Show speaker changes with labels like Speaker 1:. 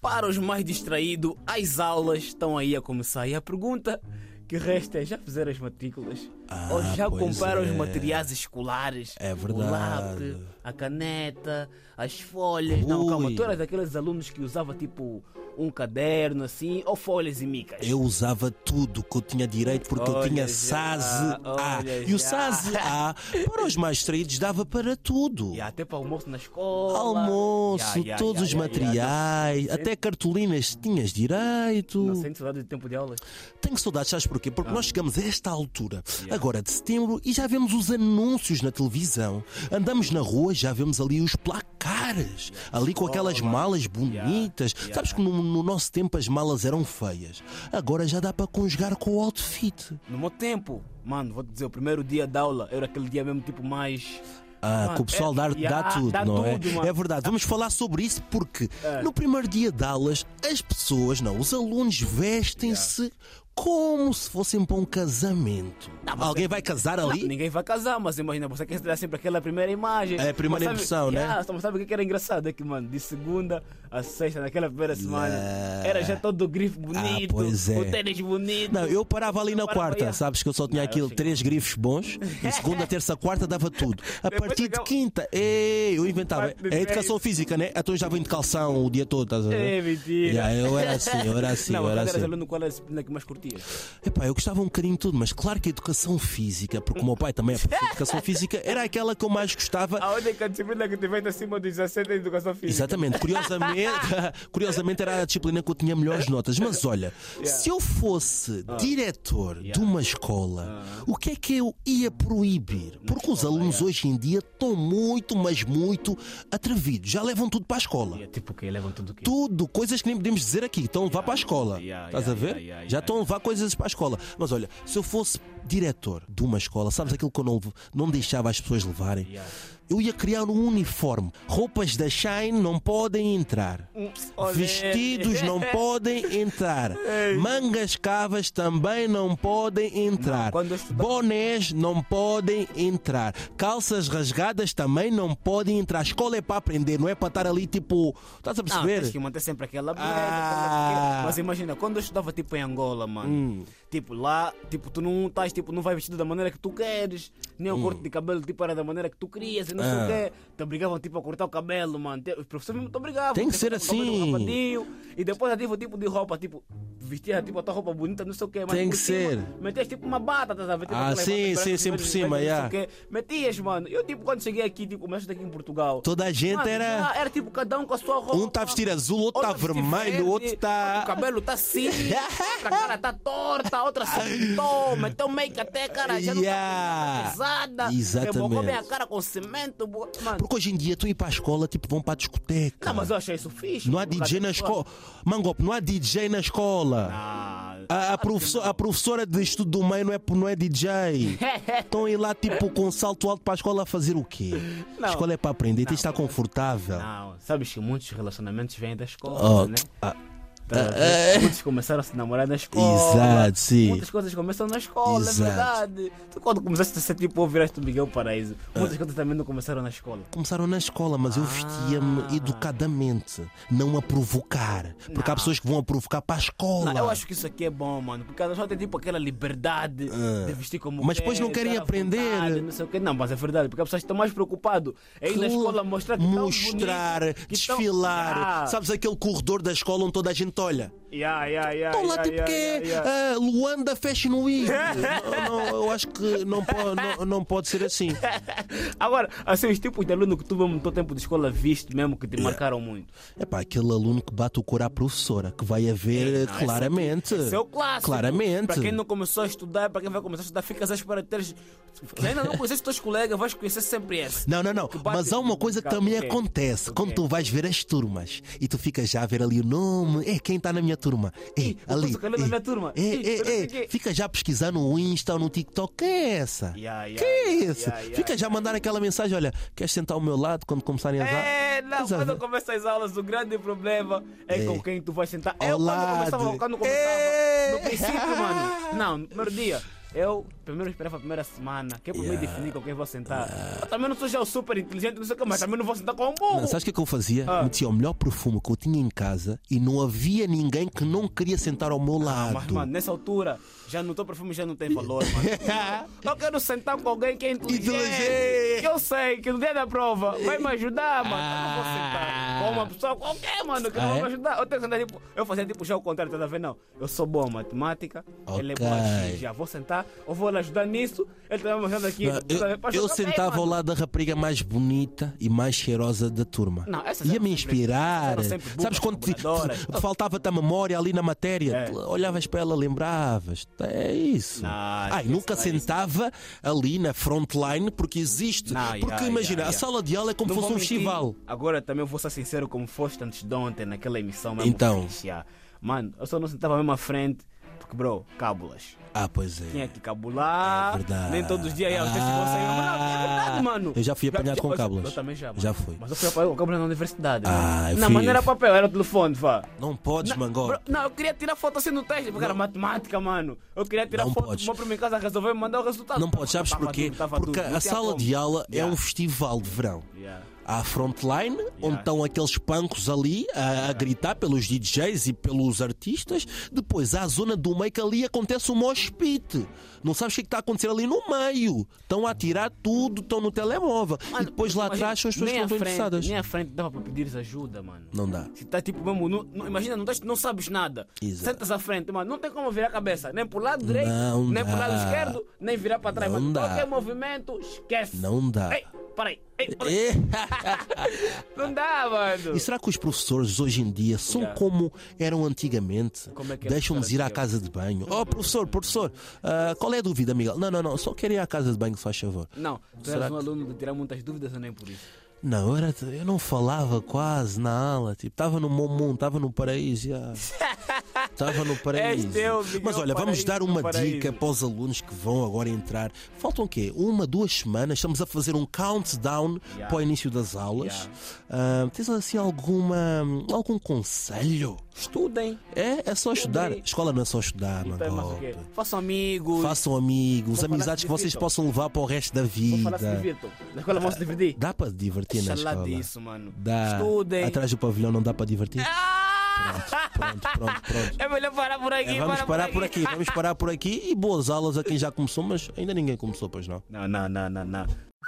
Speaker 1: Para os mais distraídos, as aulas estão aí a começar. E a pergunta que resta é: já fizeram as matrículas?
Speaker 2: Ah,
Speaker 1: Ou já
Speaker 2: pois
Speaker 1: compraram os
Speaker 2: é.
Speaker 1: materiais escolares?
Speaker 2: É
Speaker 1: O lápis,
Speaker 2: verdade.
Speaker 1: a caneta, as folhas. Não, calma,
Speaker 2: Ui.
Speaker 1: tu eras daqueles alunos que usava tipo um caderno assim, ou folhas e micas.
Speaker 2: Eu usava tudo que eu tinha direito porque eu
Speaker 1: Olha
Speaker 2: tinha
Speaker 1: já,
Speaker 2: SASE A.
Speaker 1: olha
Speaker 2: E o
Speaker 1: já.
Speaker 2: SASE A, para os mais distraídos, dava para tudo.
Speaker 1: E até para almoço na escola.
Speaker 2: Almoço,
Speaker 1: Ya, ya,
Speaker 2: todos
Speaker 1: ya,
Speaker 2: os
Speaker 1: ya, ya.
Speaker 2: materiais, até cartolinas tinhas direito.
Speaker 1: Não sente saudade do tempo de aulas?
Speaker 2: Tenho saudades, sabes porquê?
Speaker 1: Ah.
Speaker 2: Porque nós chegamos a esta altura, agora de setembro, e já vemos os anúncios na televisão. Andamos na rua, já vemos ali os placares, ali com aquelas malas bonitas.
Speaker 1: Yeah.
Speaker 2: Sabes que no, no nosso tempo as malas eram feias. Agora já dá para conjugar com o outfit.
Speaker 1: No meu tempo, mano, vou te dizer, o primeiro dia de aula era aquele dia mesmo tipo mais.
Speaker 2: Ah,
Speaker 1: Mano,
Speaker 2: que o pessoal
Speaker 1: é-
Speaker 2: dá,
Speaker 1: yeah,
Speaker 2: dá tudo,
Speaker 1: dá
Speaker 2: não
Speaker 1: tudo,
Speaker 2: é?
Speaker 1: mano. É.
Speaker 2: É verdade. Vamos falar sobre isso porque no primeiro dia de aulas, as pessoas, não, os alunos vestem-se como se fossem para um casamento.
Speaker 1: é
Speaker 2: Alguém vai casar ali?
Speaker 1: Ninguém vai casar, mas imagina, você quer tirar sempre aquela primeira imagem.
Speaker 2: É, a
Speaker 1: Mas
Speaker 2: primeira
Speaker 1: sabe,
Speaker 2: impressão, né?
Speaker 1: Yeah, só mas sabe o que que era engraçado? É que, mano, de segunda a sexta, naquela primeira semana,
Speaker 2: Yeah. Ah,
Speaker 1: era já todo o grifo bonito,
Speaker 2: pois é.
Speaker 1: o tênis bonito.
Speaker 2: Não, eu parava ali na
Speaker 1: parava,
Speaker 2: quarta,
Speaker 1: yeah.
Speaker 2: sabes que eu só tinha
Speaker 1: Não, eu
Speaker 2: aquilo
Speaker 1: chegava.
Speaker 2: três grifos bons, e segunda, terça, quarta dava tudo. A
Speaker 1: Depois
Speaker 2: partir de
Speaker 1: chegava-
Speaker 2: quinta, ei, eu inventava.
Speaker 1: Quarto de
Speaker 2: É educação física, né? Então eu já vim de calção o dia todo, estás a ver?
Speaker 1: É, mentira.
Speaker 2: Yeah, eu era assim, eu era assim,
Speaker 1: não, mas
Speaker 2: eu
Speaker 1: quando
Speaker 2: era
Speaker 1: eras
Speaker 2: assim.
Speaker 1: aluno, qual era a disciplina que mais curtias?
Speaker 2: Epá, eu gostava um bocadinho de tudo, mas claro que a educação física, porque o meu pai também é professor de educação física, era aquela que eu mais gostava.
Speaker 1: A única disciplina que tiveste acima dos 17 é educação física.
Speaker 2: Exatamente, curiosamente, curiosamente era a disciplina que eu tinha melhores notas. Mas olha, se eu fosse diretor de uma escola, o que é que eu ia proibir? Porque os alunos hoje em dia estão muito, mas muito atrevidos. Já levam tudo para a escola.
Speaker 1: É tipo que levam tudo o que?
Speaker 2: Tudo, coisas que nem podemos dizer aqui. Estão a levar para a escola.
Speaker 1: Yeah,
Speaker 2: Estás
Speaker 1: yeah,
Speaker 2: a ver?
Speaker 1: yeah, yeah, yeah,
Speaker 2: Já estão a levar coisas para a escola. Mas olha, se eu fosse diretor de uma escola, sabes aquilo que eu não, levo- não deixava as pessoas levarem?
Speaker 1: Yeah.
Speaker 2: Eu ia criar um uniforme. Roupas da Shine não podem entrar.
Speaker 1: Olé.
Speaker 2: Vestidos
Speaker 1: é.
Speaker 2: não podem entrar. Mangas cavas também não podem entrar.
Speaker 1: quando eu estudava-
Speaker 2: Bonés não podem entrar. Calças rasgadas também não podem entrar. A escola é para aprender, não é para estar ali tipo. Estás a
Speaker 1: Não,
Speaker 2: perceber?
Speaker 1: tens que manter sempre aquela boneca,
Speaker 2: Ah. Hum.
Speaker 1: aquela boneca. Mas imagina, quando eu estudava tipo em Angola, mano, tipo lá, tipo, tu não estás, tipo, não vais vestido da maneira que tu queres, nem o corte de cabelo tipo era da maneira que tu querias e não sei
Speaker 2: Hum. Ah.
Speaker 1: o quê. Te obrigavam tipo a cortar o cabelo, mano. Te- Os professores mesmo te obrigavam.
Speaker 2: Tem que
Speaker 1: Te
Speaker 2: ser
Speaker 1: cortavam o cabelo
Speaker 2: assim.
Speaker 1: rapadinho, E depois ativa o tipo de roupa, tipo, vestia tipo a tua roupa bonita, não sei o quê, mas
Speaker 2: Tem
Speaker 1: por
Speaker 2: que
Speaker 1: cima,
Speaker 2: ser.
Speaker 1: Metias tipo uma bata, estás a ver? Tipo,
Speaker 2: Ah,
Speaker 1: aquelas
Speaker 2: sim,
Speaker 1: batas brancas
Speaker 2: sim, sim,
Speaker 1: mesmo,
Speaker 2: por cima,
Speaker 1: não sei
Speaker 2: já.
Speaker 1: o quê. Metias, mano. Eu tipo, quando cheguei aqui, tipo, mas daqui em Portugal.
Speaker 2: Toda a gente
Speaker 1: Mano,
Speaker 2: Então era.
Speaker 1: ah, Era tipo cada um com a sua roupa.
Speaker 2: Um está a vestir azul, outro está
Speaker 1: Outro tá
Speaker 2: vermelho,
Speaker 1: verde,
Speaker 2: o outro
Speaker 1: O
Speaker 2: está.
Speaker 1: cabelo tá assim, outra cara tá torta, a outra se toma. Então meio que até a cara já não
Speaker 2: Yeah.
Speaker 1: tá pesada.
Speaker 2: Exatamente.
Speaker 1: Rebocou bem a cara com cimento. bo- Mano,
Speaker 2: Porque hoje em dia tu ir para a escola, tipo, vão para a discoteca.
Speaker 1: não, mas eu achei isso fixe.
Speaker 2: Não há
Speaker 1: por causa
Speaker 2: DJ na
Speaker 1: do-
Speaker 2: escola. Mangop, não há DJ na escola.
Speaker 1: Ah,
Speaker 2: A, a, professor- a professora de estudo do meio não é, não é DJ.
Speaker 1: é.
Speaker 2: Estão aí lá, tipo, com salto alto para a escola a fazer o quê?
Speaker 1: Não.
Speaker 2: A escola é para aprender, tem que estar confortável.
Speaker 1: Não, sabes que muitos relacionamentos vêm da escola,
Speaker 2: Oh,
Speaker 1: né?
Speaker 2: ah,
Speaker 1: Tá a ver? Muitos começaram a se namorar na escola.
Speaker 2: é. Exato, sim.
Speaker 1: Muitas coisas começam na escola,
Speaker 2: Exato.
Speaker 1: é verdade. Tu quando começaste a ser tipo, viraste o Miguel Paraíso.
Speaker 2: Ah.
Speaker 1: Muitas coisas também não começaram na escola.
Speaker 2: Começaram na escola, mas
Speaker 1: Ah.
Speaker 2: eu vestia-me educadamente, não a provocar. Porque há pessoas que vão a provocar para a escola.
Speaker 1: Não, eu acho que isso aqui é bom, mano, porque a pessoa tem tipo aquela liberdade de vestir como
Speaker 2: Ah. Mas depois não querem
Speaker 1: estar à
Speaker 2: aprender.
Speaker 1: vontade, não sei o quê. Não, mas é verdade, porque as pessoas estão mais preocupadas em ir na
Speaker 2: Claro.
Speaker 1: escola mostrar que tão
Speaker 2: Mostrar,
Speaker 1: bonito, que tá tão- Ah.
Speaker 2: desfilar.
Speaker 1: Yeah.
Speaker 2: Sabes aquele corredor da escola onde toda a gente olha?
Speaker 1: Yeah, yeah, yeah,
Speaker 2: Estão
Speaker 1: yeah,
Speaker 2: lá tipo
Speaker 1: yeah,
Speaker 2: que é
Speaker 1: yeah, yeah.
Speaker 2: ah, Luanda Fashion Week. não, não, eu acho que não, po- não, não pode ser assim.
Speaker 1: Agora, assim, os tipos de aluno que tu mesmo no teu tempo de escola viste mesmo que te marcaram muito.
Speaker 2: É pá, aquele aluno que bate o cor à professora, que vai haver
Speaker 1: Não,
Speaker 2: claramente.
Speaker 1: Esse é o clássico.
Speaker 2: Claramente.
Speaker 1: Para quem não começou a estudar, para quem vai começar a estudar, ficas à espera de teres. Quem ainda não conheces os teus colegas, vais conhecer sempre esse.
Speaker 2: Não, não, não.
Speaker 1: bate-
Speaker 2: Mas há uma coisa que
Speaker 1: Calma,
Speaker 2: também
Speaker 1: o quê?
Speaker 2: acontece.
Speaker 1: O
Speaker 2: Quando
Speaker 1: quê?
Speaker 2: tu vais ver as turmas e tu ficas já a ver ali o nome. É, quem está na minha turma? É,
Speaker 1: Ih, eu
Speaker 2: ali.
Speaker 1: tô sacando na
Speaker 2: é,
Speaker 1: minha turma.
Speaker 2: É,
Speaker 1: Ih, eu não
Speaker 2: é,
Speaker 1: sei
Speaker 2: é.
Speaker 1: quê.
Speaker 2: Fica já a pesquisar no Insta ou no TikTok. Quem é essa?
Speaker 1: Yeah, yeah,
Speaker 2: Quem é
Speaker 1: yeah,
Speaker 2: esse?
Speaker 1: yeah, yeah,
Speaker 2: Fica já a mandar aquela mensagem: olha, queres sentar ao meu lado quando começarem as aulas?
Speaker 1: É, não,
Speaker 2: Estás a
Speaker 1: quando
Speaker 2: ver?
Speaker 1: começa as aulas, o grande problema é,
Speaker 2: É.
Speaker 1: com quem tu vais sentar.
Speaker 2: Ao
Speaker 1: eu quando
Speaker 2: lado.
Speaker 1: começava, quando começava,
Speaker 2: É.
Speaker 1: no princípio, mano. Não, no primeiro dia. Eu primeiro esperava a primeira semana, que é para
Speaker 2: Yeah.
Speaker 1: me definir com quem vou sentar. Eu também não sou já o super inteligente, não sei o que, mas também não vou sentar com um burro.
Speaker 2: Não, sabes o que é que eu fazia?
Speaker 1: Ah.
Speaker 2: Metia o melhor perfume que eu tinha em casa e não havia ninguém que não queria sentar
Speaker 1: Ah,
Speaker 2: ao meu lado.
Speaker 1: Mas, mano, nessa altura, já não estou perfume, já não tem valor, mano. Eu quero sentar com alguém que é inteligente.
Speaker 2: Inteligente.
Speaker 1: Que eu sei que no dia da prova vai me ajudar, mano. Eu não vou sentar com uma pessoa qualquer, mano, que não
Speaker 2: Ah,
Speaker 1: vai
Speaker 2: é?
Speaker 1: me ajudar. Eu tenho que sentar, tipo, eu fazia tipo já o contrário, tá a ver? Não, eu sou bom em matemática, ele é bom
Speaker 2: Ok.
Speaker 1: aqui, já vou sentar, eu vou lhe ajudar nisso, ele também vai me ajudar aqui.
Speaker 2: Não, eu- eu sentava ao lado da rapariga mais bonita e mais cheirosa da turma.
Speaker 1: Não, essas
Speaker 2: Ia
Speaker 1: eram
Speaker 2: me
Speaker 1: sempre-
Speaker 2: inspirar.
Speaker 1: essas eram sempre burras,
Speaker 2: Sabes quando te-
Speaker 1: calculadoras.
Speaker 2: te faltava-te a memória ali na matéria?
Speaker 1: É.
Speaker 2: Tu Olhavas para ela, lembravas. É isso.
Speaker 1: Não,
Speaker 2: Ai,
Speaker 1: isso
Speaker 2: nunca
Speaker 1: não é
Speaker 2: sentava ali na frontline porque existe.
Speaker 1: Não,
Speaker 2: porque
Speaker 1: yeah,
Speaker 2: imagina,
Speaker 1: yeah,
Speaker 2: a
Speaker 1: yeah.
Speaker 2: sala de aula é como
Speaker 1: Não
Speaker 2: se fosse
Speaker 1: vou
Speaker 2: um
Speaker 1: mentir.
Speaker 2: festival.
Speaker 1: Agora também eu vou ser sincero, como foste antes de ontem, naquela emissão mesmo.
Speaker 2: Então.
Speaker 1: fixe, ah. Mano, eu só não sentava mesmo à frente, porque, bro, cábulas.
Speaker 2: Ah, pois é.
Speaker 1: Tinha que cabular.
Speaker 2: É verdade.
Speaker 1: Nem todos os dias ia aos testes vão sair. Mas não, é verdade, mano.
Speaker 2: Eu já fui apanhado com
Speaker 1: eu-
Speaker 2: cábulas.
Speaker 1: Eu também já. Mano.
Speaker 2: Já fui.
Speaker 1: Mas eu fui apanhado com cábulas na universidade.
Speaker 2: Ah,
Speaker 1: mano.
Speaker 2: eu
Speaker 1: Não,
Speaker 2: fui-
Speaker 1: mas não era papel, era telefone, vá.
Speaker 2: Não podes,
Speaker 1: Bro,
Speaker 2: Mangó.
Speaker 1: não, eu queria tirar foto assim no teste, porque era matemática, mano. Eu queria tirar
Speaker 2: Não
Speaker 1: foto,
Speaker 2: podes.
Speaker 1: vou para minha casa resolver, mandar o resultado.
Speaker 2: Não podes, sabes
Speaker 1: Tava
Speaker 2: porquê?
Speaker 1: duro, tava
Speaker 2: Porque
Speaker 1: duro, não
Speaker 2: a
Speaker 1: tinha
Speaker 2: sala
Speaker 1: como.
Speaker 2: de aula é
Speaker 1: Yeah.
Speaker 2: um festival de verão.
Speaker 1: Yeah.
Speaker 2: Há a frontline, onde estão aqueles pancos ali a, a gritar pelos DJs e pelos artistas. Depois há a zona do meio que ali acontece um mosh pit. Não sabes o que é está a acontecer ali no meio. Estão a tirar tudo, estão no telemóvel. e
Speaker 1: Mano,
Speaker 2: depois lá
Speaker 1: imagina,
Speaker 2: atrás são as pessoas que
Speaker 1: nem
Speaker 2: não
Speaker 1: à
Speaker 2: estão
Speaker 1: frente-
Speaker 2: interessadas.
Speaker 1: Nem à frente dava para pedires ajuda, mano.
Speaker 2: Não dá.
Speaker 1: Se tá tipo mesmo, não, não- imagina, não, tens- não sabes nada.
Speaker 2: Exato.
Speaker 1: Sentas à frente, mano, não tem como virar a cabeça, nem pro lado direito,
Speaker 2: Não
Speaker 1: nem pro lado
Speaker 2: dá.
Speaker 1: esquerdo, nem virar para trás,
Speaker 2: Não
Speaker 1: mano.
Speaker 2: dá.
Speaker 1: Qualquer movimento, esquece.
Speaker 2: Não dá.
Speaker 1: Ei, peraí, ei, peraí.
Speaker 2: É.
Speaker 1: não dá, mano.
Speaker 2: E será que os professores hoje em dia são
Speaker 1: Yeah.
Speaker 2: como eram antigamente?
Speaker 1: Como é que era
Speaker 2: Deixam-nos ir à casa de banho. Oh, professor, professor, ah, qual é a dúvida, Miguel? Não, não, não, só quero ir à casa de banho, se faz favor.
Speaker 1: Não, tu
Speaker 2: Será
Speaker 1: eras
Speaker 2: que-
Speaker 1: um aluno de tirar muitas dúvidas ou nem por isso?
Speaker 2: Não, eu, era, eu não falava quase na aula, tipo, estava no meu mundo, estava no paraíso. já. Estava no paraíso.
Speaker 1: És teu, Miguel,
Speaker 2: Mas olha, vamos
Speaker 1: paraíso
Speaker 2: dar
Speaker 1: do
Speaker 2: uma
Speaker 1: paraíso.
Speaker 2: dica para os alunos que vão agora entrar. Faltam o quê? Uma, duas semanas, estamos a fazer um countdown
Speaker 1: Yeah.
Speaker 2: para o início das aulas. Ah, tens assim alguma algum conselho?
Speaker 1: Estudem.
Speaker 2: É, é só estudar.
Speaker 1: bem.
Speaker 2: Escola não é só estudar,
Speaker 1: Então é mais o quê?
Speaker 2: Mangope.
Speaker 1: Façam amigos.
Speaker 2: Façam amigos,
Speaker 1: Vão falar
Speaker 2: amizades
Speaker 1: se
Speaker 2: que vocês
Speaker 1: divirtam.
Speaker 2: possam levar para o resto da
Speaker 1: Vão falar se
Speaker 2: vida.
Speaker 1: divirtam. Na escola vão se dividir.
Speaker 2: Dá para divertir na
Speaker 1: Xalá
Speaker 2: escola.
Speaker 1: disso, mano.
Speaker 2: Dá.
Speaker 1: Estudem.
Speaker 2: Atrás do pavilhão não dá para divertir?
Speaker 1: Ah!
Speaker 2: Pronto, pronto, pronto.
Speaker 1: É melhor parar por aqui.
Speaker 2: É, vamos parar por aqui, vamos parar por aqui e boas aulas a quem já começou, mas ainda ninguém começou, pois não.
Speaker 1: Não, não, não, não, não.